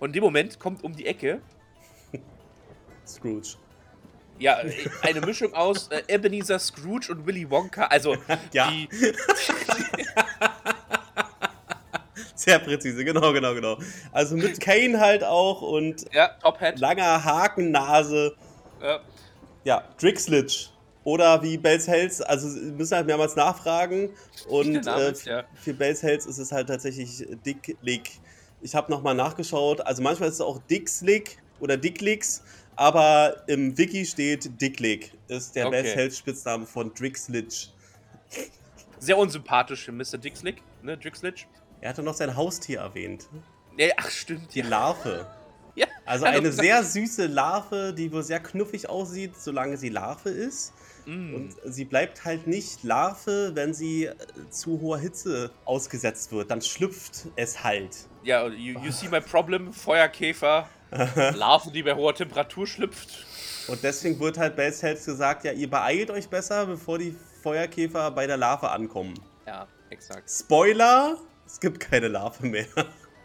Und in dem Moment kommt um die Ecke Scrooge. ja eine Mischung aus äh, Ebenezer Scrooge und Willy Wonka. Also Ja. die, Sehr präzise, genau, genau, genau. Also mit Kane halt auch und ja, Top Hat. langer Hakennase. Ja. Ja, Drixlitch. Oder wie Bells Hells, also sie müssen halt mehrmals nachfragen. der Und Name äh, ist, ja. für Bells Hells ist es halt tatsächlich Dick Lick. Ich habe nochmal nachgeschaut, also manchmal ist es auch Dicks Lick oder Dick Licks, aber im Wiki steht Dick Lick. Ist der Okay. Bells Hells Spitzname von Drixlitch. Sehr unsympathisch für Mr. Dixlick, ne? Dixlitch. Er hatte noch sein Haustier erwähnt, Nee, ach stimmt, die ja. Larve. ja. Also Ja, doch, eine sag- sehr süße Larve, die wohl sehr knuffig aussieht, solange sie Larve ist. Mm. Und sie bleibt halt nicht Larve, wenn sie äh, zu hoher Hitze ausgesetzt wird. Dann schlüpft es halt. Ja, you, you see my problem, Feuerkäfer, Larven, die bei hoher Temperatur schlüpft. Und deswegen wird halt Bells Hells gesagt, ja, ihr beeilt euch besser, bevor die Feuerkäfer bei der Larve ankommen. Ja, exakt. Spoiler, es gibt keine Larve mehr.